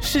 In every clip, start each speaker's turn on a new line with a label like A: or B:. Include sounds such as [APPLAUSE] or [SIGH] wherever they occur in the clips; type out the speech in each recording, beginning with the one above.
A: 世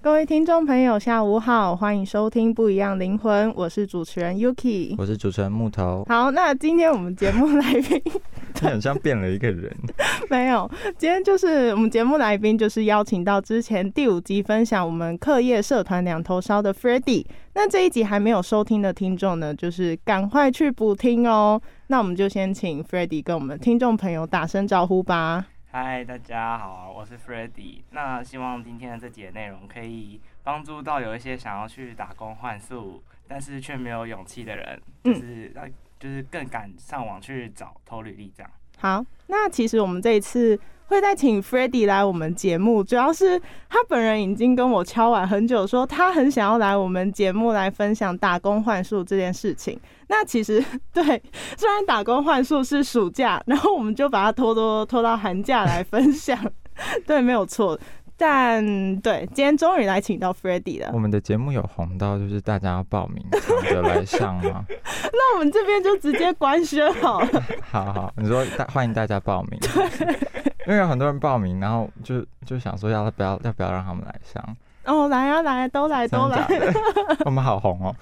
B: 各位听众朋友，下午好，欢迎收听《不一样灵魂》，我是主持人 Yuki。
C: 我是主持人木头， [LAUGHS]
B: 好，那今天我们节目来宾
C: 他很像变了一个人。
B: [LAUGHS] 没有，今天就是我们节目来宾就是邀请到之前第五集分享我们课业社团两头烧的 f r e d d y 那这一集还没有收听的听众呢，就是赶快去补听哦。那我们就先请 f r e d d y 跟我们听众朋友打声招呼吧。
D: 嗨，大家好，我是 f r e d d y 那希望今天的这节内容可以帮助到有一些想要去打工换宿，但是却没有勇气的人，就
B: 嗯
D: 是让、就是更敢上网去找投履历这样。
B: 好，那其实我们这一次会再请 f r e d d y 来我们节目，主要是他本人已经跟我敲碗很久，说他很想要来我们节目来分享打工换宿这件事情。那其实对，虽然打工换宿是暑假，然后我们就把它拖拖拖到寒假来分享， [LAUGHS] 对，没有错。但对，今天终于来请到 f r e d d y 了 [LAUGHS]
C: 我。们的节目有红到就是大家要报名抢着来上吗？
B: 哦那我们这边就直接官宣好了。
C: 好好，你说大欢迎大家报名， [LAUGHS] 因为有很多人报名，然后就就想说要不要要不要让他们来上，
B: 哦，来啊，来啊，都来，
C: 真
B: 都
C: 的
B: 来
C: 假。的？ [LAUGHS] 我们好红哦，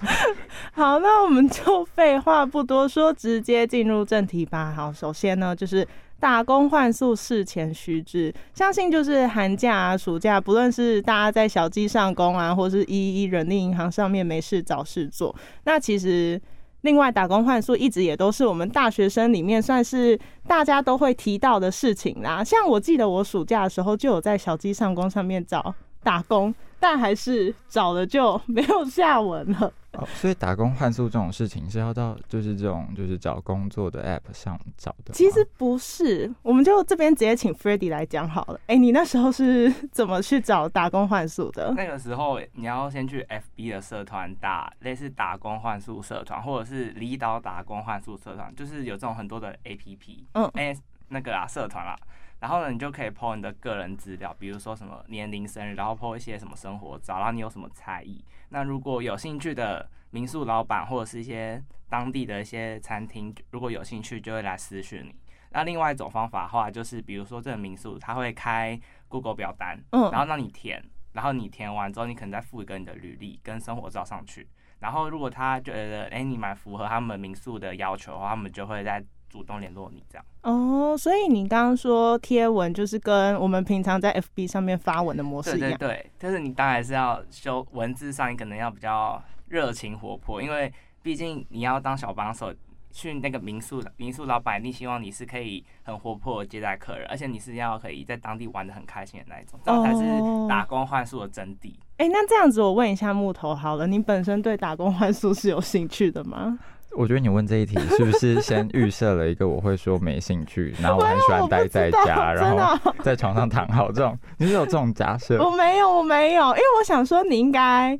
B: 好，那我们就废话不多说，直接进入正题吧。好，首先呢，就是打工换宿事前须知，相信就是寒假、啊、暑假，不论是大家在小鸡上工啊，或是一一人力银行上面没事找事做，那其实。另外，打工换宿一直也都是我们大学生里面算是大家都会提到的事情啦。像我记得我暑假的时候就有在小鸡上工上面找打工，但还是找了就没有下文了。
C: 哦所以打工换宿这种事情是要到就是这种就是找工作的 app 上找的吗。
B: 其实不是，我们就这边直接请 f r e d d y 来讲好了。哎、你那时候是怎么去找打工换宿的？
D: 那个时候你要先去 FB 的社团打类似打工换宿社团，或者是离岛打工换宿社团，就是有这种很多的 APP，
B: 嗯
D: 哎、那个啊社团啦。然后呢，你就可以 po 你的个人资料，比如说什么年龄、生日，然后 po 一些什么生活照，然后你有什么才艺。那如果有兴趣的民宿老板或者是一些当地的一些餐厅，如果有兴趣就会来私讯你。那另外一种方法的话，就是比如说这个民宿它会开 Google 表单，
B: 嗯
D: 然后让你填，然后你填完之后，你可能再附一个你的履历跟生活照上去。然后如果他觉得哎你蛮符合他们民宿的要求的话，他们就会再主动联络你这样。
B: 哦，所以你刚刚说贴文就是跟我们平常在 FB 上面发文的模式哦
D: 对
B: 一
D: 对
B: 样。
D: 对，但是你当然是要修文字上，你可能要比较热情活泼，因为毕竟你要当小帮手。去那个民宿，民宿老板，你希望你是可以很活泼地接待客人，而且你是要可以在当地玩的很开心的那一种，这样才是
B: 哦
D: 打工换宿的真谛。
B: 哎、那这样子我问一下木头好了，你本身对打工换宿是有兴趣的吗？
C: 我觉得你问这一题是不是先预设了一个我会说没兴趣，然后我很喜
B: 我
C: 欢
B: 不
C: 待
B: 知
C: 在
B: 道
C: 家，然
B: 真的
C: 后
B: 哦
C: [LAUGHS] 在床上躺好
B: [LAUGHS]
C: 这种，你是有这种假设？
B: 我
C: [LAUGHS]
B: 没有，我没有，因为我想说你应该。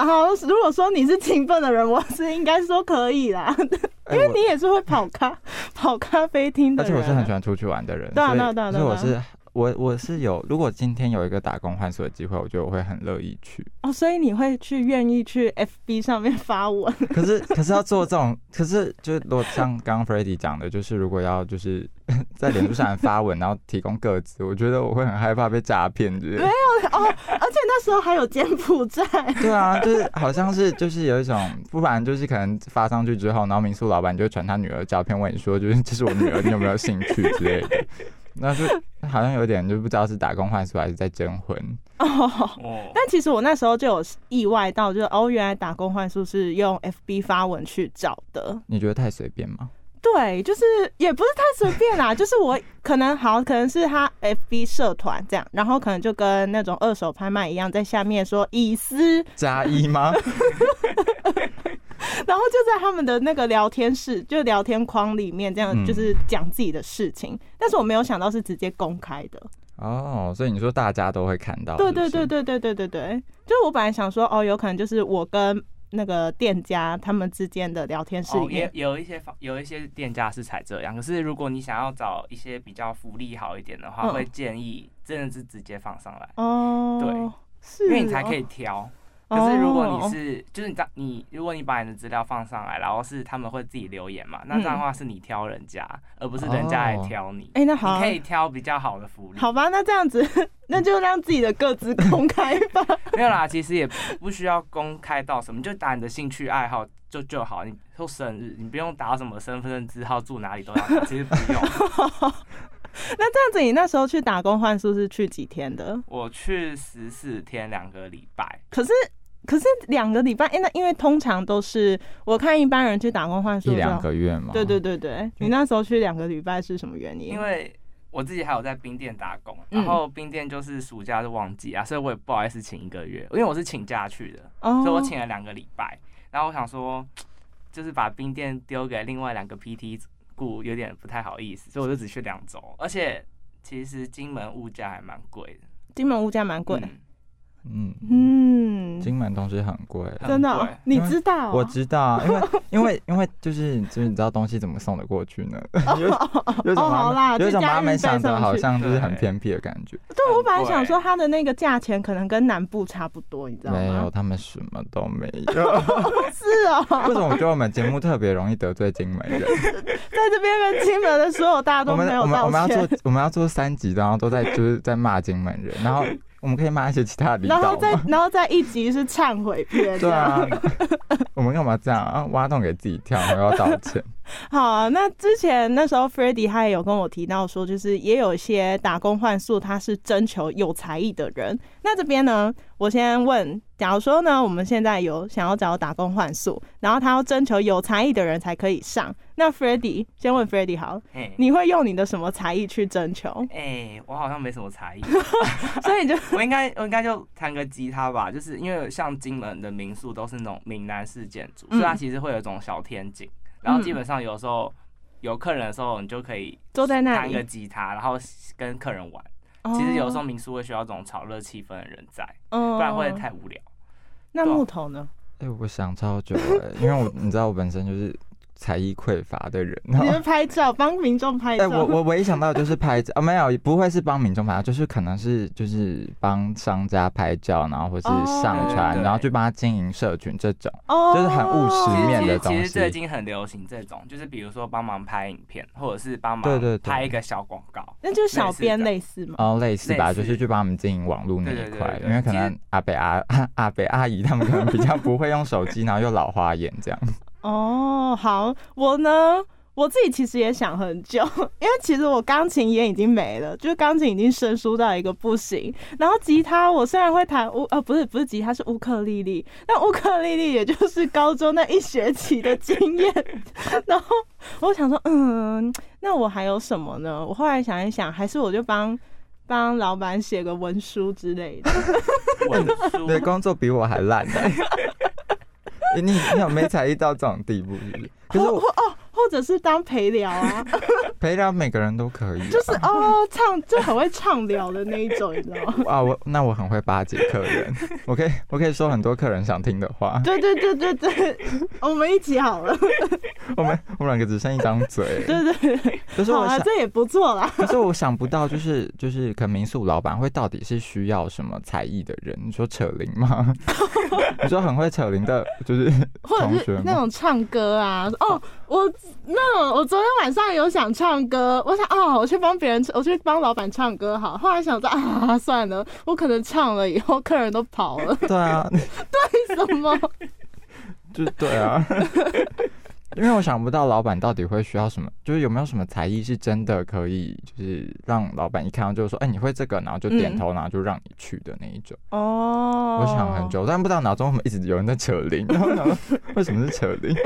B: 好，如果说你是勤奋的人，我是应该说可以啦，
C: 哎
B: 因为 [LAUGHS]
C: 我
B: 你也是会跑咖、跑咖啡厅的
C: 而且
B: 人啊。
C: 我是很喜欢出去玩的人，
B: 对啊
C: 所以
B: 对啊对啊
C: 所以我
B: 对
C: 是我我是有，如果今天有一个打工换宿的机会，我觉得我会很乐意
B: [LAUGHS]
C: 去。
B: 哦，所以你会去愿意去 FB 上面发文，
C: 可是可是要做这种，可是就是如果像刚刚 f r e d d y 讲的，就是如果要就是 [LAUGHS] 在脸书上发文，然后提供个资，我觉得我会很害怕被诈骗之类的。
B: [LAUGHS] 而且那时候还有柬埔 [LAUGHS] 寨，
C: [LAUGHS] 对啊，就是好像是就是有一种，不然就是可能发上去之后，然后民宿老板就会传他女儿的照片问你说，就是这是我女儿，你有没有兴趣之类的。 [LAUGHS] 那就好像有点就不知道是打工换宿还是在征婚，
D: 哦，
B: 但其实我那时候就有意外到，就是哦，原来打工换宿是用 FB 发文去找的。
C: 你觉得太随便吗？ [LAUGHS]
B: 对，就是也不是太随便 [LAUGHS] 啦，就是我可能好，可能是他 FB 社团这样，然后可能就跟那种二手拍卖一样，在下面说以私，
C: 加一吗？
B: 然后就在他们的那个聊天室，就聊天框里面这样，
C: 嗯
B: 就是讲自己的事情。但是我没有想到是直接公开的。
C: 哦，所以你说大家都会看
D: 哦
C: 到，
B: 对
C: 是不
B: 对
C: 是
B: 对，对对对对对，就我本来想说，哦，有可能就是我跟那个店家他们之间的聊天室里
D: 哦，
B: 面
D: 也有一些房有一些店家是才这样，可是如果你想要找一些比较福利好一点的话，
B: 嗯
D: 会建议真的是直接放上来，
B: 哦，
D: 对，
B: 是，
D: 因为你才可以。挑。
B: 哦
D: 可是如果你是，就是你知道你，如果你把你的资料放上来，然后是他们会自己留言嘛，那这样的话是你挑人家，而不是人家来挑你。
B: 嗯哎、那好
D: 你
B: 啊
D: 可，以挑比较好的福利。
B: 好吧，那这样子， [LAUGHS] 那就让自己的各自公开吧。 [LAUGHS]
D: 没有啦，其实也不需要公开到什么，你就打你的兴趣爱好就就好。你说生日，你不用打什么身份证字号，住哪里都要打，其实不用。
B: 那这样子，你那时候去打工换宿是去几天的？
D: 我去十四天，两个礼拜。
B: 可是。可是两个礼拜，哎、那因为通常都是我看一般人去打工换宿
C: 一
B: 的时候
C: 两个嗯月嘛，
B: 对对对对，你那时候去两个礼拜是什么原因？
D: 因为我自己还有在冰店打工，
B: 嗯
D: 然后冰店就是暑假是旺季啊，所以我也不好意思请一个月，因为我是请假去的，
B: 哦
D: 所以我请了两个礼拜。然后我想说，就是把冰店丢给另外两个 PT 雇，有点不太好意思，所以我就只去两周。而且其实金门物价还蛮贵的，
B: 金门物价蛮贵，
D: 嗯
C: 嗯，
B: 嗯，
C: 金门东西很贵，
D: 很
B: 真的哦、
D: 贵
B: 你
C: 因为
B: 知道哦、
C: 我知道啊，
B: [LAUGHS]
C: 因为因为因为就是就是你知道东西怎么送得过去呢？ [LAUGHS] 有有种
B: 哦
C: 把
B: 好啦
C: 有
B: 就
C: 种把
B: 加运
C: 他
B: 费
C: 们想的
B: 上
C: 好
B: 去
C: 像就是很
D: 对
C: 偏僻的感觉，
B: 对我本来
D: 很贵
B: 想说它的那个价钱可能跟南部差不多，你知道
C: 没有，
B: 吗？
C: 他们什么都没
B: [LAUGHS]
C: 有。
B: 是哦、
C: 为什么我觉得我们节目特别容易得罪金门
B: [LAUGHS]
C: 人？
B: 在这边跟金门的所有大家
C: 我
B: 都没
C: 们
B: 有
C: 我们我
B: 道
C: 们要
B: 歉，
C: 做我们要做三集，然后都在就是在骂金门人，然后我们可以骂一些其他的离
B: 然后
C: 岛
B: 再
C: 吗？
B: 然后再一集是忏悔篇，[LAUGHS]
C: 对啊，我们干嘛这样啊？挖洞给自己跳，我要道歉。
B: 好、啊，那之前那时候 f r e d d y 他也有跟我提到说，就是也有一些打工换宿，他是征求有才艺的人。那这边呢，我先问，假如说呢，我们现在有想要找打工换宿，然后他要征求有才艺的人才可以上，那 f r e d d y 先问 f r e d d y 好，
D: 嘿
B: 你会用你的什么才艺去征求？
D: 哎、我好像没什么才
B: [LAUGHS]
D: 艺，
B: 所
D: [LAUGHS]
B: 以你就
D: 我应该我应该就弹个吉他吧，就是因为像金门的民宿都是那种闽南式建筑，
B: 嗯
D: 所以它其实会有一种小天井，然后基本上有时候有客人的时候，你就可以
B: 坐在那
D: 弹个
B: 里，
D: 吉他，然后跟客人玩。其实有时候
B: 哦，
D: 民宿会需要这种炒热气氛的人在，
B: 不
D: 不然会太无聊。
B: 哦那木头呢？ [LAUGHS]
C: 哎、我想超久了、因为我你知道我本身就是才艺匮乏的人，然
B: 你
C: 后
B: 们拍照，帮民众拍
C: 哎、
B: 照。
C: 我我唯一想到的就是拍照，啊，没有，不会是帮民众拍照，就是可能是就是帮商家拍照，然后或是
B: 哦
C: 上
D: 对
C: 传，
D: 对
C: 然后去帮他经营社群这种。
B: 哦
C: 就是很务实
D: 其
C: 面
D: 实
C: 的
D: 其
C: 东
D: 实其
C: 西
D: 实最近很流行这种，就是比如说帮忙拍影片，或者是帮
C: 对对对
D: 忙拍一个小广告。
B: 那就是小
D: 类似
B: 编
D: 的
B: 类似嘛。
C: 哦，类似吧，
D: 类似
C: 就是去帮他们经营网络那
D: 对
C: 一
D: 对对
C: 块，
D: 对
C: 因为可
D: 其
C: 能
D: 实
C: 阿北阿 [LAUGHS] 阿北阿姨他们可能比较不会用手机，然后又老花眼这
D: 嗯
C: 样。
B: 哦，好，我呢，我自己其实也想很久， [LAUGHS] 因为其实我钢琴也已经没了，就是钢琴已经生疏到一个不行。然后吉他，我虽然会弹乌，呃，不是不是吉他，是乌克丽丽，但乌克丽丽也就是高中那一学期的经验。 [LAUGHS] 然后我想说，嗯，那我还有什么呢？我后来想一想，还是我就帮帮老板写个文书之类的。
D: 文
C: [LAUGHS]
D: 书
C: 对，工作比我还 [LAUGHS] 烂、欸你你有没才艺到这种地步是不是？可是我
B: 或或者是当陪聊啊，
C: 陪聊每个人都可以吧。
B: 就是哦，唱就很会唱聊的那一种，你知道吗？
C: 啊，我那我很会巴结客人，我可以我可以说很多客人想听的话。
B: [LAUGHS] 对对对对
C: [LAUGHS]
B: 对，我们一起好了，
C: 我们我们两个只剩一张嘴，
B: 对对对，
C: 可是
B: 好
C: 我
B: 啊，
C: 想，
B: 这也不错啦。
C: 可是我想不到，就是就是，可能民宿老板会到底是需要什么才艺的人？你说扯铃
B: [LAUGHS]
C: 吗？你说很会扯铃的，就是 [LAUGHS]
B: 或者
C: 同学
B: 是那
C: 吗？
B: 种唱歌啊，哦，我那种我昨天晚上有想唱歌，我想哦，我去帮别人，我去帮老板唱歌好。后来想着啊，算了，我可能唱了以后客人都跑了，
C: 对啊，
B: 为什么？
C: 就对
B: [LAUGHS]
C: 啊，因为我想不到老板到底会需要什么，就是有没有什么才艺是真的可以，就是让老板一看到就说，哎、你会这个，然后就点
B: 嗯
C: 头，然后就让你去的那一种。
B: 哦
C: [LAUGHS] 我想很，久，但不知道脑中为什么一直有人在扯铃，然后想说为什么是扯
D: [LAUGHS]
C: 铃？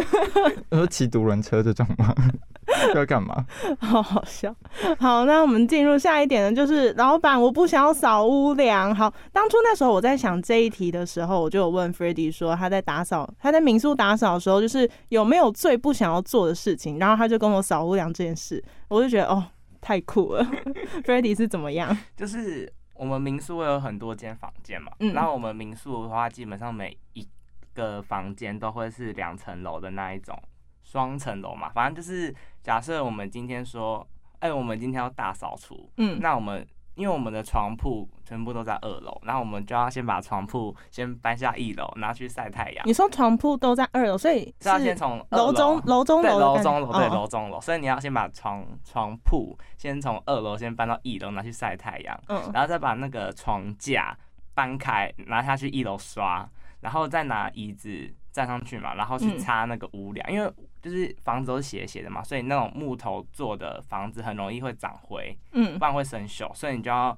C: 我说骑独轮车这种吗？ [LAUGHS] 要干嘛？
B: [LAUGHS] 好好笑。好，那我们进入下一点呢，就是老板，我不想要扫屋梁。好，当初那时候我在想这一题的时候，我就有问 f r e d d y 说他在打扫，他在民宿打扫的时候，就是有没有最不想要做的事情，然后他就跟我扫屋梁这件事，我就觉得哦。太酷
D: [LAUGHS]
B: 了 f r e d d y 是怎么样？
D: 就是我们民宿会有很多间房间嘛，
B: 嗯
D: 然后我们民宿的话，基本上每一个房间都会是两层楼的那一种双层楼嘛，反正就是假设我们今天说，哎、我们今天要大扫除，
B: 嗯，
D: 那我们。因为我们的床铺全部都在二楼，然后我们就要先把床铺先搬下一楼，拿去晒太阳
B: 你。说床铺都在二楼，所以
D: 是要先
B: 是
D: 从二
B: 楼中楼中
D: 对
B: 楼
D: 楼
B: 的
D: 中
B: 感
D: 楼
B: 觉
D: 对
B: 哦
D: 楼中楼，所以你要先把床床铺先从二楼先搬到一楼，拿去晒太阳。
B: 嗯，
D: 然后再把那个床架搬开，拿下去一楼刷，然后再拿椅子站上去嘛，然后去
B: 嗯
D: 擦那个屋梁，因为就是房子都是斜斜的嘛，所以那种木头做的房子很容易会长灰，
B: 嗯
D: 不然会生锈，所以你就要。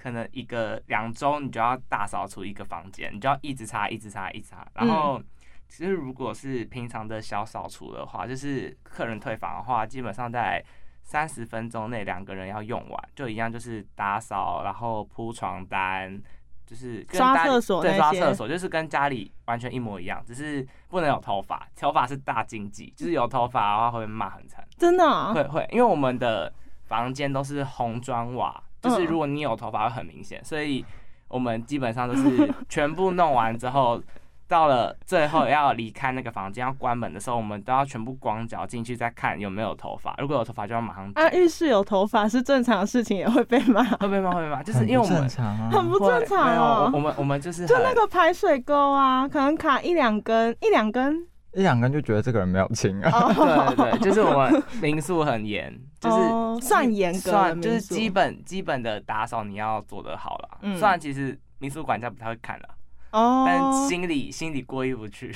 D: 可能一个两周，你就要大扫除一个房间，你就要一直擦，一直擦，一直擦。
B: 嗯
D: 然后，其实如果是平常的小扫除的话，就是客人退房的话，基本上在三十分钟内两个人要用完，就一样就是打扫，然后铺床单，就是跟
B: 刷
D: 家里
B: 厕所
D: 对
B: 那
D: 刷
B: 些
D: 厕所，就是跟家里完全一模一样，只是不能有头发，头发是大禁忌，就是有头发的话会被骂很惨。
B: 真的啊、
D: 会会，因为我们的房间都是红砖瓦，就是
B: 嗯
D: 如果你有头发会很明显，所以我们基本上都
B: [LAUGHS]
D: 是全部弄完之后，到了最后要离开那个房间要关门的时候，我们都要全部光脚进去再看有没有头发，如果有头发就要马上
B: 啊，
D: 剪。
B: 浴室有头发是正常的事情，也会被骂，
D: 会被骂会被骂，就是
C: 很
D: 因为我
C: 不正
D: 们
C: 常啊，
B: 很不
D: 嗯会
B: 正常
D: 没有
B: 哦
D: 我我们我们就是
B: 就
D: 很
B: 那个排水沟啊，可能卡一两根，一两根
C: 一两根就觉得这个人没有情啊。
B: 哦，
D: 对对对，就是我们民宿很严，就是、
B: 哦算严格的
D: 算就是
B: 民宿
D: 基本基本的打扫你要做得好了。
B: 嗯
D: 虽然其实民宿管家不太会看了，
B: 哦，
D: 但心里心里过意不去。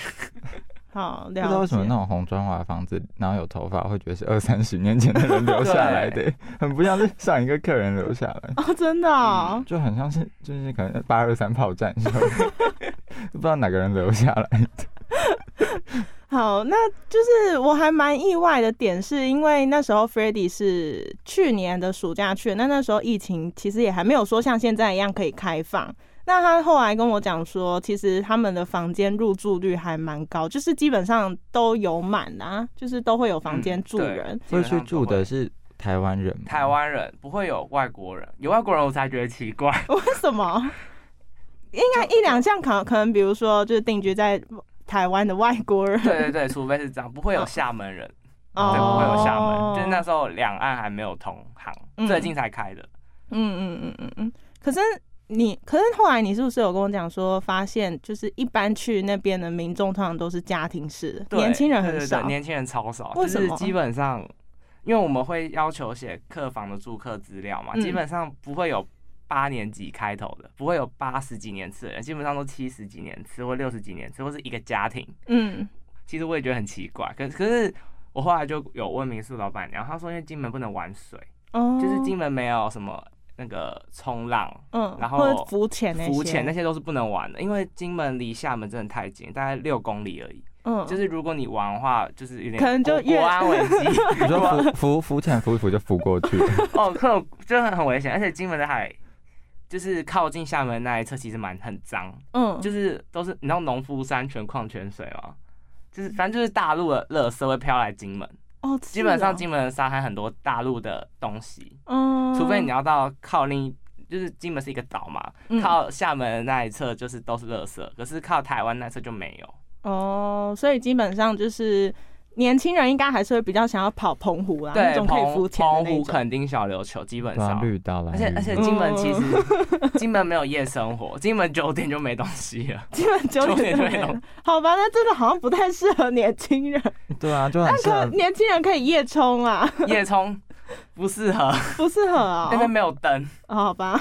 B: 好
C: 不知道
B: 了
C: 为什么
B: 解
C: 那。种红砖瓦的房子，然后有头发，会觉得是二三十年前的人留下来
D: [LAUGHS]
C: 的，很不像是上一个客人留下来，
B: 哦，真的
D: 嗯
B: 哦、
C: 就很像是就是可能八二三炮战时候， [LAUGHS] 不知道哪个人留下来。
B: 好，那就是我还蛮意外的点，是因为那时候 f r e d d y 是去年的暑假去的，那那时候疫情其实也还没有说像现在一样可以开放。那他后来跟我讲说，其实他们的房间入住率还蛮高，就是基本上都有满啊，就是都会有 [LAUGHS] 房间
D: 嗯
B: 住
D: 对
B: 人。
D: 基
C: 会
D: 本上
C: 去
D: 都
C: 住
D: 会
C: 的是台湾人吗，
D: 台湾人，不会有外国人，有外国人我才觉得
B: [LAUGHS]
D: 奇怪。
B: 为什么？应该一两项可可能，比如说就是定居在台湾的外国人，
D: 对对对，除非是这样，不会有厦门人，
B: 哦
D: 对，不会有厦门，就是那时候两岸还没有同行，
B: 嗯
D: 最近才开的。
B: 嗯嗯嗯嗯嗯。可是你，可是后来你是不是有跟我讲说，发现就是一般去那边的民众通常都是家庭式的，
D: 对
B: 年轻人很
D: 对对对
B: 少。
D: 年轻人超少，
B: 为
D: 就
B: 什
D: 是
B: 么
D: 基本上，因为我们会要求写客房的住客资料嘛，
B: 嗯
D: 基本上不会有八年级开头的，不会有八十几年次的人，基本上都七十几年次或六十几年次，或是一个家庭。
B: 嗯
D: 其实我也觉得很奇怪，可可是我后来就有问民宿老板娘，她说因为金门不能玩水，
B: 哦，
D: 就是金门没有什么那个冲浪。
B: 嗯，
D: 然后
B: 或者浮潜那些，
D: 浮潜那些都是不能玩的，因为金门离厦门真的太近，大概六公里而已。
B: 嗯，
D: 就是如果你玩的话，就是有点
B: 可能就
D: 国
B: 越
D: 国安危
B: [LAUGHS]
D: 机。
C: 你说浮浮浮潜浮一浮就浮过去，
D: [LAUGHS] 哦，可有真的很危险，而且金门的海就是靠近厦门那一侧，其实蛮很脏，
B: 嗯，
D: 就是都是你知道农夫山泉矿泉水吗？就是反正就是大陆的垃圾会飘来金门，
B: 哦，
D: 基本上
B: 是
D: 金门沙滩很多大陆的东西，
B: 哦嗯，
D: 除非你要到靠另一，就是金门是一个岛嘛，
B: 嗯
D: 靠厦门那一侧就是都是垃圾，可是靠台湾那侧就没有。
B: 哦，所以基本上就是年轻人应该还是会比较想要跑澎湖啦，啊那
D: 对，
B: 种可以
D: 澎
B: 浮潜的
D: 澎
B: 那
D: 湖、
B: 种。
D: 垦丁、小琉球基本
C: 对啊，
D: 上。
C: 绿岛啦，
D: 而且而且
C: 绿岛
D: 金门其实
B: 嗯
D: [LAUGHS] 金门没有夜生活，金门九点就没东西
B: [LAUGHS]
D: 了。
B: 基本九
D: 九
B: 点就
D: 点就
B: 没
D: 没
B: 了
D: 了。
B: 好吧，那这个好像不太适合年轻人。
C: 对啊，就很适
B: 可
C: 合
B: 年轻人可以夜冲啊， [LAUGHS]
D: 夜冲不适合，
B: 不适合啊、
D: 那边没有灯，
B: 哦好吧，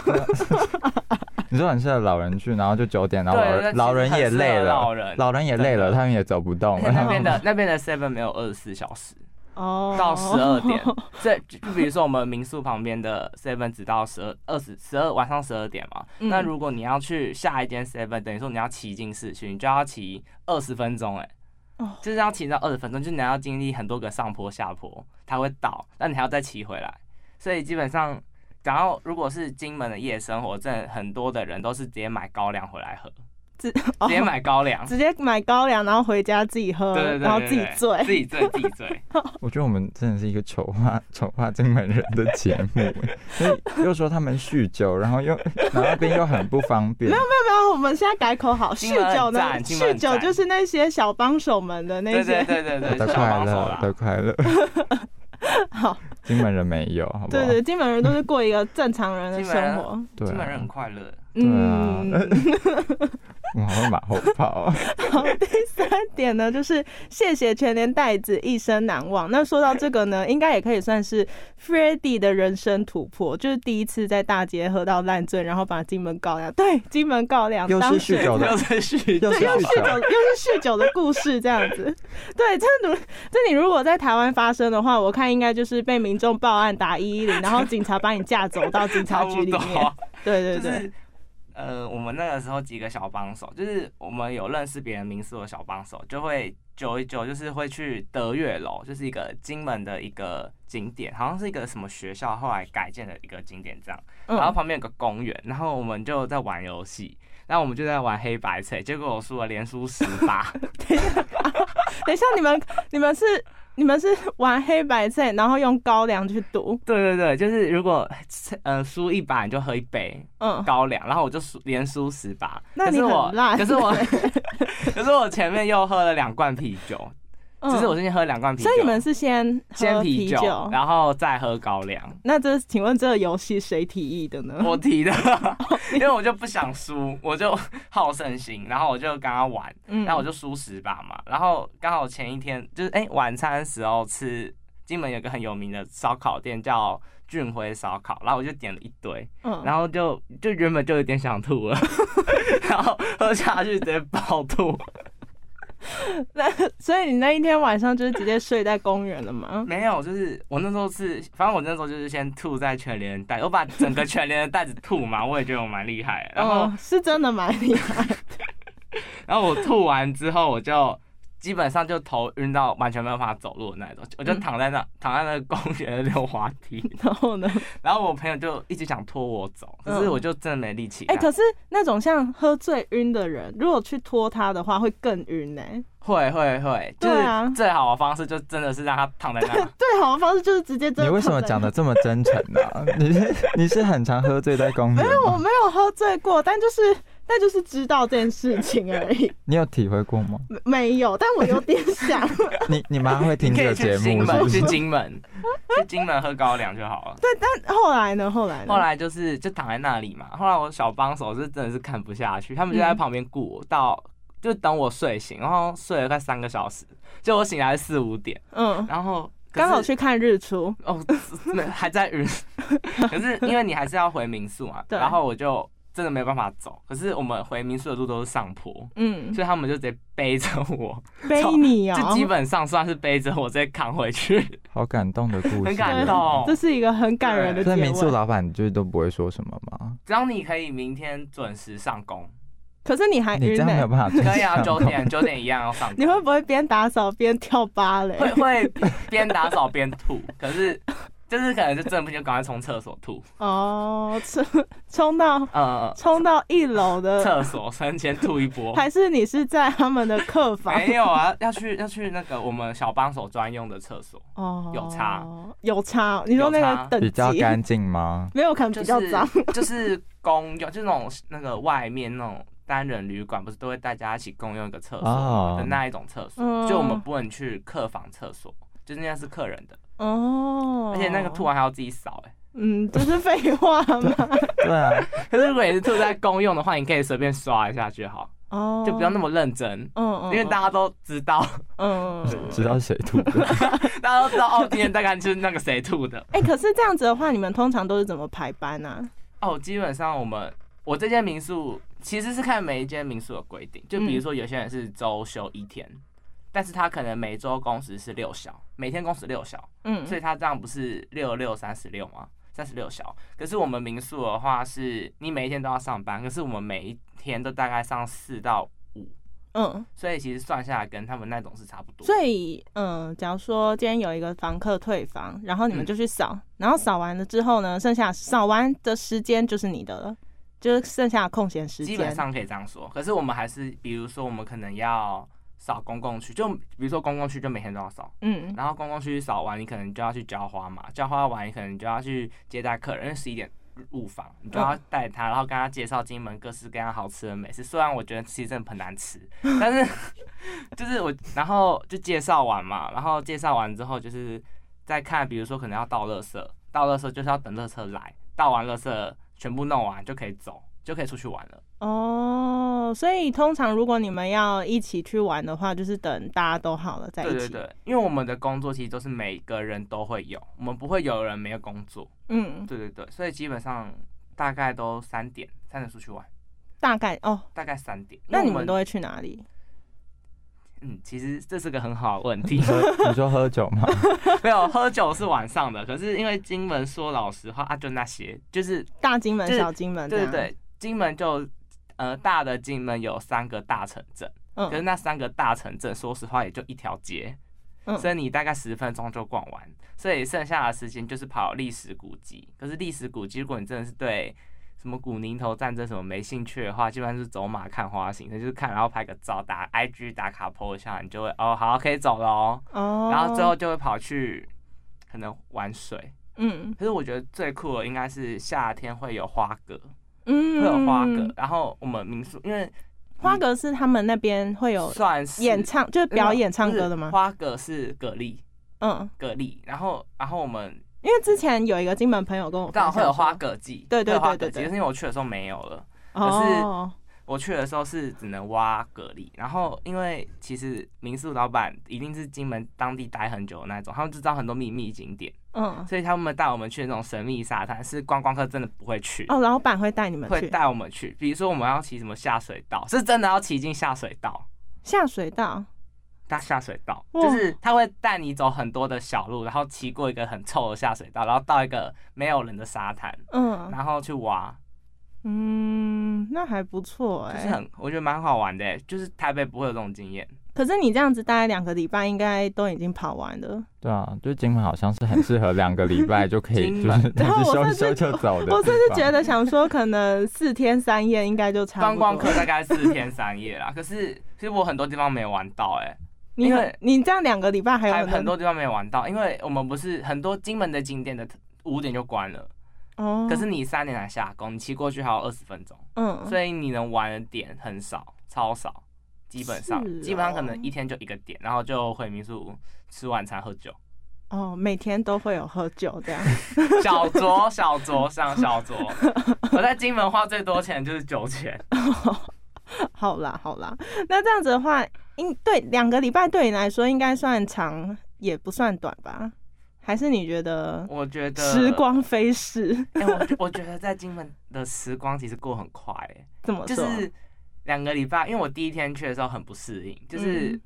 C: 你说很适合老人去，然后就九点，然后老
D: 对，
C: 人老人也累
D: 老
C: 了，
D: 人，
C: 老人也累了，他们也走不动
B: [LAUGHS]
D: 而且那
C: 了。
D: 边的那边的 Seven 没有二十四小时，
B: 哦，
D: 到十
B: [LAUGHS]
D: 二点。 [LAUGHS] 这就就比如说我们民宿旁边的 Seven 只到十二二十十二晚上十二点嘛。
B: 嗯
D: 那如果你要去下一间 Seven，等于说你要骑进市区，你就要骑二十分钟，哎
B: 哦，
D: 就是要骑到二十分钟，就是你要经历很多个上坡下坡，它会倒，但你还要再骑回来。所以基本上，然后如果是金门的夜生活，真的很多的人都是直接买高粱回来喝，
B: 直
D: 直接买高粱，
B: 哦直接买高粱，然后回家自己喝，
D: 对对对对
B: 然后自己
D: 对
B: 醉。
D: 自己醉，自己
B: [LAUGHS]
D: 醉。
C: 我觉得我们真的是一个丑化丑化金门人的节目，所以又说他们酗酒，然后又然后那边又很不方便。
B: 没有，我们现在改口好，酗
D: 金门
B: 酒呢？
D: 赞金门
B: 酗酒
D: 赞
B: 就是那些小帮手们的那
D: 对
B: 些
D: 对，对对对，
C: 的
D: 是小
C: 快
D: 帮手
C: 乐
D: 啦，
C: 的快乐。
B: [LAUGHS] 好，
C: 金门人没有，好不好
B: [LAUGHS] 对？对，基本人都是过一个正常人的
D: 基本
B: 生
D: 人
B: 活。
C: 对
D: 金门人
C: 啊
D: 很，快乐。
C: 对啊
B: 嗯，
C: 我好像马后炮啊。
B: 好，第三点呢，就是谢谢全连带子，一生难忘。那说到这个呢，应该也可以算是 f r e d d y 的人生突破，就是第一次在大街喝到烂醉，然后把金门高粱，对，金门高粱
C: 又
B: 当
C: 是
B: 时
C: 酗
D: [LAUGHS]
C: 酒的
D: 又，是酗酒
C: 又
B: 对，
C: 是
B: [LAUGHS] 又是酗
C: 酗
B: 酒，
C: 酒。
B: 又是酗酒的故事这样子。对，这如这你如果在台湾发生的话，我看应该就是被民众报案打一一零，然后警察把你架走到警察
D: 差
B: 局
D: 不
B: 里
D: 多。
B: 面。对对
D: 就
B: 对，
D: 是呃，我们那个时候几个小帮手，就是我们有认识别人民宿的小帮手，就会久一久就是会去德月楼，就是一个金门的一个景点，好像是一个什么学校后来改建的一个景点这样。然后
B: 嗯，
D: 旁边有个公园，然后我们就在玩游戏。然后我们就在玩黑白猜，结果我输了，连输十把。
B: [LAUGHS] 等一下你们你们是。你们是玩黑白菜，然后用高粱去赌，
D: 对 [LAUGHS] 对对，就是如果呃输一把，你就喝一杯，
B: 嗯，
D: 高粱，然后我就输连输十把。
B: 那
D: 可
B: 你
D: 是
B: 很
D: 我
B: 烂欸
D: 可是我， [LAUGHS] 可是我前面又喝了两罐啤酒，
B: 嗯
D: 只是我先喝两罐啤酒。
B: 所以你们是先喝
D: 先
B: 啤
D: 酒，然后再喝高粱。
B: 那这请问这个游戏谁提议的呢？
D: 我提
B: [LAUGHS]
D: 的，
B: 哦
D: [LAUGHS] 因为我就不想输，我就好胜心，然后我就跟他玩，
B: 嗯
D: 然后我就输十把嘛。然后刚好前一天就是哎、晚餐时候吃金门有个很有名的烧烤店叫俊辉烧烤，然后我就点了一堆，
B: 嗯
D: 然后就就原本就有点想吐了， [LAUGHS] 然后喝下去直接爆吐， [LAUGHS]
B: 那所以你那一天晚上就是直接睡在公园了吗？
D: 没有，就是我那时候是，反正我那时候就是先吐在全连的袋，我把整个全连的袋子吐嘛，我也觉得我蛮厉害的。然后，
B: 哦、是真的蛮厉害，
D: 然后我吐完之后，我就基本上就头晕到完全没有办法走路的那种，我就
B: 嗯
D: 躺在那、躺在那个公园的溜滑梯， [LAUGHS]
B: 然后呢？
D: 然后我朋友就一直想拖我走，可是
B: 嗯
D: 我就真的没力气。
B: 哎、可是那种像喝醉晕的人，如果去拖他的话，会更晕呢、
D: 会会会，就
B: 对啊
D: 是最好的方式就真的是让他躺在那。
B: 最好的方式就是直接真的。
C: 你为什么讲？的这么真诚呢、 [LAUGHS] 你是你是很常喝醉在公园
B: 没有，我
C: 吗？
B: 没有喝醉过，但就是但就是知道这件事情而已，
C: 你有体会
B: [LAUGHS]
C: 过吗？
B: 没没有，但我有点
D: [LAUGHS]
B: 想。
C: 你你妈会听
D: 你可
C: 这
D: 以
C: 个
D: 去
C: 节
D: 金
C: 目是
D: 门，
C: 不
D: 去
C: 是？
D: 金门， [LAUGHS] 去金门喝高粱就好了。
B: 对，但后来呢？后来呢？
D: 后来就是就躺在那里嘛。后来我小帮手是真的是看不下去，他们就在旁边顾我，到就等我睡醒，然后睡了快三个小时，就我醒来四五点，
B: 嗯，
D: 然后可是
B: 刚好去看日出。
D: 哦， [LAUGHS] 没还在晕， [LAUGHS] 可是因为你还是要回民宿嘛，
B: 对
D: 然后我就真的没办法走，可是我们回民宿的路都是上坡，
B: 嗯，
D: 所以他们就直接背着
B: [LAUGHS]
D: 我，
B: 背你哦、
D: 就基本上算是背着我直接扛回去，
C: 好感动的故事，啊
D: 很感动
B: 这。是一个很感人的结
C: 所以
B: 尾。
C: 民宿老板就是都不会说什么吗？
D: 只要你可以明天准时上工，
B: 可是你还
C: 你
B: 晕
C: 这样
B: 哎呢、
C: 没有办法追上。
D: 可以啊，九点九点一样要上工。
B: 你会不会边打扫边跳芭蕾？
D: 会会边打扫边吐，可是 [LAUGHS] 就是可能就真的不行，赶快冲厕所吐，
B: 哦，冲冲到
D: 呃，
B: 冲到一楼的，
D: 厕所三千吐一波。
B: 还是你是在他们的客房？
D: 没有啊，要去要去那个我们小帮手专用的厕所，
B: 哦，
D: 有差
B: 有差。你说那
D: 有
B: 个
D: 差
B: 等级
C: [LAUGHS] 比较干净吗？
B: 没有可能
D: 就
B: 比较
D: 是
B: 脏
D: [LAUGHS] 就是公用，就是那种那个外面那种单人旅馆，不是都会大家一起共用一个厕所
C: 哦
D: 的那一种厕所，
B: 嗯
D: 就我们不能去客房厕所，就是那是客人的，
B: 哦。
D: 而且那个吐，完还要自己扫哎、
B: 嗯，这是废话嘛。
C: 对啊，
D: [LAUGHS] 可是如果也是吐在公用的话，你可以随便刷一下就好，
B: 哦，
D: [LAUGHS] 就不要那
B: 么，
D: 么认真。
B: 嗯嗯，
D: 因为大
B: 家，
D: 家都知道，
B: 嗯，嗯
C: 知道谁吐的？
D: [LAUGHS]
B: [LAUGHS]
D: 大家都知道哦，今天大概就是那个谁吐的
B: 哎、可是这样子的话，你们通常都是怎么排班啊？
D: 哦。基本上我们我这间民宿其实是看每一间民宿的规定，就比如说有些人是周休一天，但是他可能每周工时是六小，每天工时六小，
B: 嗯，
D: 所以他这样不是六六三十六吗？三十六小。可是我们民宿的话是，你每一天都要上班，可是我们每一天都大概上四到五，
B: 嗯，
D: 所以其实算下来跟他们那种是差不多。
B: 所以，嗯，假如说今天有一个房客退房，然后你们
D: 嗯
B: 就去扫，然后扫完了之后呢，剩下扫完的时间就是你的了，就是剩下的空闲时
D: 基
B: 间。
D: 本上可以这样说。可是我们还是，比如说我们可能要扫公共区，就比如说公共区就每天都要扫，
B: 嗯，
D: 然后公共区扫完，你可能就要去浇花嘛，浇花完你可能就要去接待客人，因为十一点。入房，你就要带他，然后跟他介绍金门各式各样好吃的美食。虽然我觉得其实真的很
B: [LAUGHS]
D: 难吃，但是 [LAUGHS] 就是我，然后就介绍完嘛，然后介绍完之后就是再看，比如说可能要倒垃圾，倒垃圾就是要等垃圾来，倒完垃圾全部弄完就可以走，就可以出去玩了。
B: 哦，所以通常如果你们要一起去玩的话，就是等大家都好了在一
D: 对
B: 起。
D: 对对，因为我们的工作其实都是每个人都会有，我们不会有人没有工作。
B: 嗯，
D: 对对对，所以基本上大概都三点，三点出去玩，
B: 大概哦。
D: 大概三点。
B: 那
D: 因为
B: 你
D: 我
B: 们都会去哪里？
D: 嗯，其实这是个很好的问题 [LAUGHS]
C: 你。说你说喝酒吗？
D: 没有喝酒是晚上的，可是因为金门说老实话啊，就那些，就是
B: 大金门、
D: 就是
B: 小金门？
D: 对对，对，金门就呃大的金门有三个大城镇，可是
B: 嗯，
D: 那三个大城镇说实话也就一条街。
B: 嗯
D: 所以你大概十分钟就逛完，所以剩下的时间就是跑历史古迹。可是历史古迹，如果你真的是对什么古宁头战争什么没兴趣的话，基本上是走马看花型，那就是看然后拍个照，打 IG 打卡 po 一下，你就会哦好可以走了哦。
B: 哦，
D: 然后最后就会跑去可能玩水。
B: 嗯
D: 可是我觉得最酷的应该是夏天会有花蛤，会
B: 嗯，
D: 有花蛤。然后我们民宿因为
B: 花格是他们那边会有
D: 算嗯是
B: 演唱，就是表演唱歌的
D: 不是
B: 吗？
D: 花蛤是蛤蜊，
B: 嗯，
D: 蛤蜊。然后然后我们
B: 因为之前有一个金门朋友跟我分
D: 当然
B: 享
D: 会
B: 说，
D: 有花蛤季，
B: 对对
D: 会有花
B: 对对
D: 蛤季
B: 对
D: 可是因为我去的时候没有了，
B: 哦，
D: 我去的时候是只能挖蛤蜊，然后因为其实民宿老板一定是金门当地待很久的那种，他们就知道很多秘密景点，
B: 嗯，
D: 所以他们带我们去那种神秘沙滩，是观光客真的不会去。
B: 哦，老板会带你们
D: 会
B: 去
D: 带我们去，比如说我们要骑什么下水道，是真的要骑进下水道，
B: 下水道，
D: 大下水道，
B: 哇
D: 就是他会带你走很多的小路，然后骑过一个很臭的下水道，然后到一个没有人的沙滩，
B: 嗯
D: 然后去挖，
B: 嗯，那还不错
D: 就是
B: 哎。
D: 很，我觉得蛮好玩的欸，就是台北不会有这种经验。
B: 可是你这样子大概两个礼拜，应该都已经跑完了。
C: 对啊，就金门好像是很适合两个礼拜就可以，
D: 金
C: 就
D: 门
C: 是但
B: 然后
C: 是
B: 我
C: 收一
B: 甚
C: 收
B: 至
C: 就走的。
B: 我甚至觉，得想说，可能四天三夜应该就差
D: 观
B: 不
D: 光
B: 多
D: 客。大概四天三夜啦，可是其实我很多地方没玩到、欸，
B: 你
D: 因
B: 很
D: 为
B: 你这样两个礼拜还有
D: 还有很
B: 多
D: 多地方没玩到，因为我们不是很多金门的景点的五点就关了，
B: 哦，
D: 可是你三点才下工，你骑过去还有二十分钟，
B: 嗯，
D: 所以你能玩的点很少，超少。基本上，
B: 是哦
D: 基本上可能一天就一个点，然后就回民宿吃晚餐喝酒，
B: 哦，每天都会有喝酒这样。
D: 小酌小酌上
B: [LAUGHS]
D: 小酌。我在金门花最多钱就是酒钱，
B: [LAUGHS] 好啦，好啦，那这样子的话，应对两个礼拜对你来说应该算长，也不算短吧？还是你觉得
D: 我觉得
B: 时光飞逝？
D: 哎、我觉我觉得在金门的时光其实过很快、欸，
B: 怎么
D: 就
B: 说？
D: 是两个礼拜，因为我第一天去的时候很不适应，就
B: 哦
D: 是
B: 嗯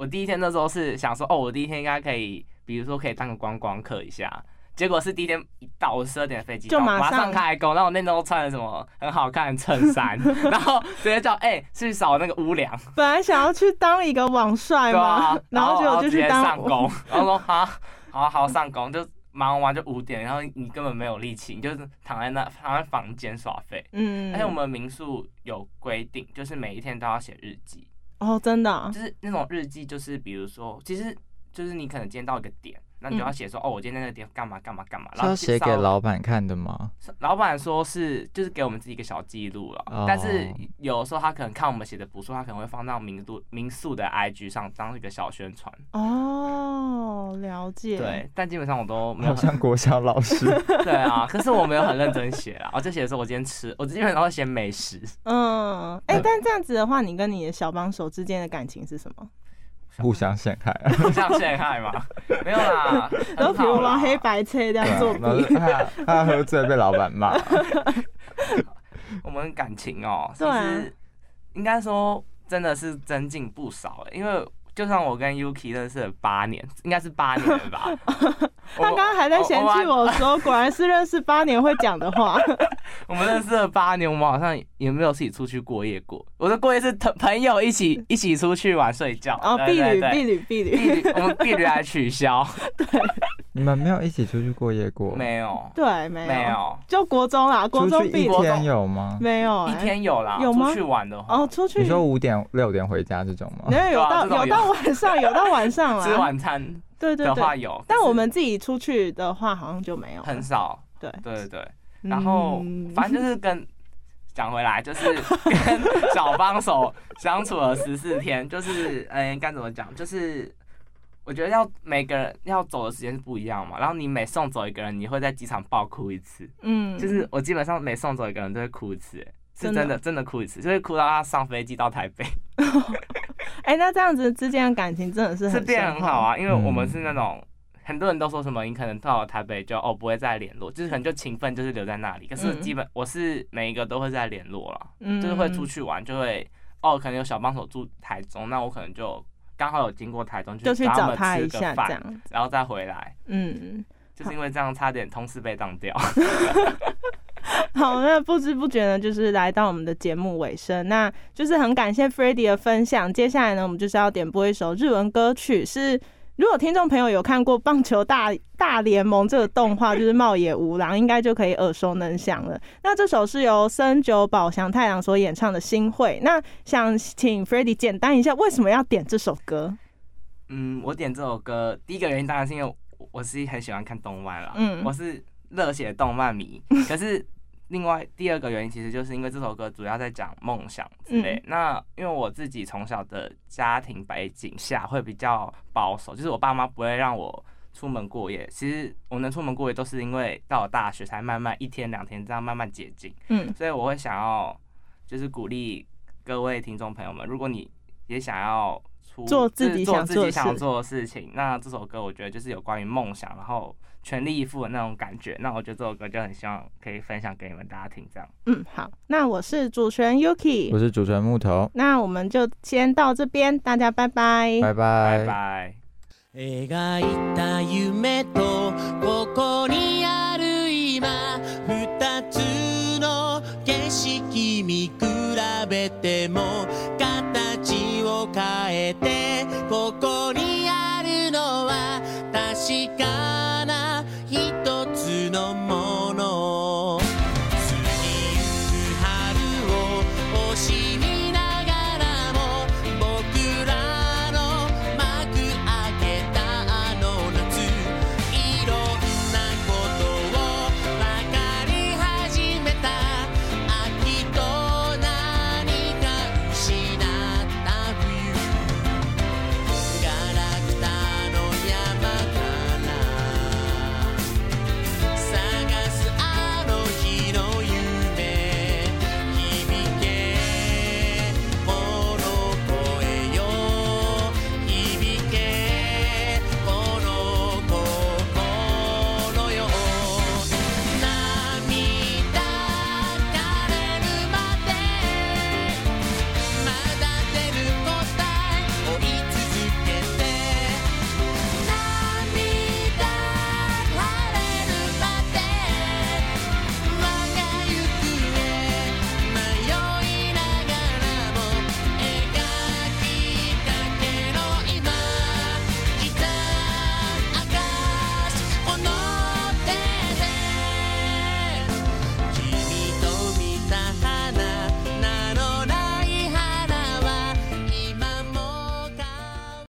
D: 我第一天那时候是想说，哦，我第一天应该可以，比如说可以当个观光客一下。结果是第一天一到，我十二点的飞机
B: 就
D: 到
B: 马
D: 马
B: 上
D: 上开工，然后我那时候穿了什么很好看的
B: [LAUGHS]
D: 衬衫，然后直接叫哎、去扫那个屋梁，
B: 本来想要去当一个网帅
D: 对
B: 嘛，
D: 啊，
B: 哎 [LAUGHS] 然后结
D: 然
B: 果就
D: 后直
B: 去
D: 接
B: 当
D: 上工，然后说好好好上工就忙完就五点，然后你根本没有力气，你就是躺在那躺在房间耍废。
B: [LAUGHS] 嗯，
D: 哎而且我们民宿有规定，就是每一天都要写日记，
B: 哦，真的啊、
D: 就是那种日记，就是比如说，其实就是你可能今天到一个点，那你就要写说，哦，我今天那个点干嘛干嘛干嘛，
C: 是
D: 然后
C: 要写
D: 介
C: 给
D: 绍
C: 老板看的吗？
D: 老板说是就是给我们自己一个小记录了，
C: 哦
D: 但是有时候他可能看我们写的不错，他可能会放到民宿民宿的 IG 上当一个小宣传。
B: 哦，了解，
D: 对，但基本上我都没有
C: 好 [LAUGHS]
D: 很
C: 像国小
B: [LAUGHS]
C: 老师，
D: 对啊，可是我没有很认真写啦，我就写说我今天吃，我基本上都写美食。 [LAUGHS]
B: 嗯，哎、
C: 对
B: 但这样子的话，你跟你的小帮手之间的感情是什么？
C: 互相陷害。
D: 这样陷害吗？没有啦，
B: 然后
D: 很
B: 比
D: 好啊
B: 如
D: 啦
B: 玩黑，白切这样作弊，
C: 对啊 [LAUGHS] 然后他他喝醉被老板骂，
D: 我们感情哦、其
B: 对啊
D: 实应该说真的是增进不少、欸，因为就算我跟 Yuki 认识了八年，应该是八年了
B: [LAUGHS]
D: 吧。我
B: 他刚刚还在嫌弃
D: 我
B: 我说，果然是认识八年会讲的
D: [LAUGHS]
B: 话。
D: 我们认识了八年，我们好像也没有自己出去过夜过。我的过夜是朋朋友一起 [LAUGHS] 一起出去玩睡觉，
B: 然后
D: 对
B: 婢
D: 对
B: 女，
D: 对
B: 婢女，婢
D: 避
B: 女，
D: 旅， [LAUGHS] 我们避旅还取消，
C: 你们没有一起出去过夜过？，
D: 没有，
B: [LAUGHS] 对，没有，
D: 没有，
B: 就国中啦，国
C: 出
B: 中
C: 去
B: 婢
C: 一
B: 女
D: 国
C: 天
D: 中
C: 有吗？
B: 没有、
D: 一
B: 哎
D: 天有啦，
B: 有吗
D: 出去玩的话，
B: 哦，出去
C: 你说五点六点回家这种吗？
B: 没有有
D: 对啊
B: 到
D: 这种
B: 有
D: 有
B: 到晚上，
D: [LAUGHS]
B: 有到晚上
D: 吃
B: 啦，
D: 晚餐
B: 对对
D: 的话
B: 对。
D: 有，
B: 但
D: 可是
B: 我们自己出去的话，好像就没有了，
D: 很少，
B: 对。
D: 对对对。然后
B: 嗯
D: 反正就是跟讲回来，就是 [LAUGHS] 跟小帮手相处了十四天，就是嗯，该怎么讲？就是我觉得要每个人要走的时间是不一样嘛。然后你每送走一个人，你会在机场爆哭一次。
B: 嗯，
D: 就是我基本上每送走一个人都会哭一次、欸是
B: 真
D: 真
B: 的
D: 的真的哭一次，就会哭到他上飞机到台北。
B: 哎、那这样子之间的感情真的是
D: 是
B: 很
D: 变
B: 深
D: 很好
B: 厚。
D: 啊，因为我们是那种。很多人都说什么，你可能到了台北就哦不会再联络，就是可能就情分就是留在那里。可是
B: 嗯
D: 基本我是每一个都会再联络了，
B: 嗯
D: 就是会出去玩，就会哦可能有小帮手住台中，那我可能就刚好有经过台中，
B: 嗯就去
D: 去
B: 找
D: 他
B: 他
D: 们
B: 一
D: 吃
B: 下这
D: 个饭，
B: 样，
D: 然后再回来。
B: 嗯，
D: 就是因为这样差点同事被当掉。
B: [LAUGHS] 好，那不知不觉呢，就是来到我们的节目尾声，那就是很感谢 f r e d d y 的分享。接下来呢，我们就是要点播一首日文歌曲，是如果听众朋友有看过《棒球大大联盟》这个动画，就是茂野无郎，应该就可以耳熟能详了。那这首是由森久保祥太郎所演唱的《新会》，那想请 f r e d d y 简单一下，为什么要点这首歌？
D: 嗯，我点这首歌，第一个原因当然是因为我我是很喜欢看动漫啦，
B: 嗯
D: 我是热血动漫
B: [LAUGHS]
D: 迷。可是另外第二个原因，其实就是因为这首歌主要在讲梦想之类。
B: 嗯
D: 那因为我自己从小的家庭背景下会比较保守，就是我爸妈不会让我。出门过夜，其实我能出门过夜都是因为到了大学才慢慢一天两天这样慢慢解禁，
B: 嗯
D: 所以我会想要就是鼓励各位听众朋友们，如果你也想要出
B: 做自
D: 就是
B: 己
D: 做
B: 想
D: 自
B: 做
D: 己
B: 的
D: 想
B: 事
D: 做的事情，那这首歌我觉得就是有关于梦想，然后全力以赴的那种感觉。那我觉得这首歌就很希望可以分享给你们大家听，这样。
B: 嗯，好，那我是主持人 Yuki，
C: 我是主持人木头，
B: 那我们就先到这边，大家拜拜。
C: 拜
D: 拜拜。
E: 描いた夢とここにある今二つの景色見比べても形を変えてここにあるのは確か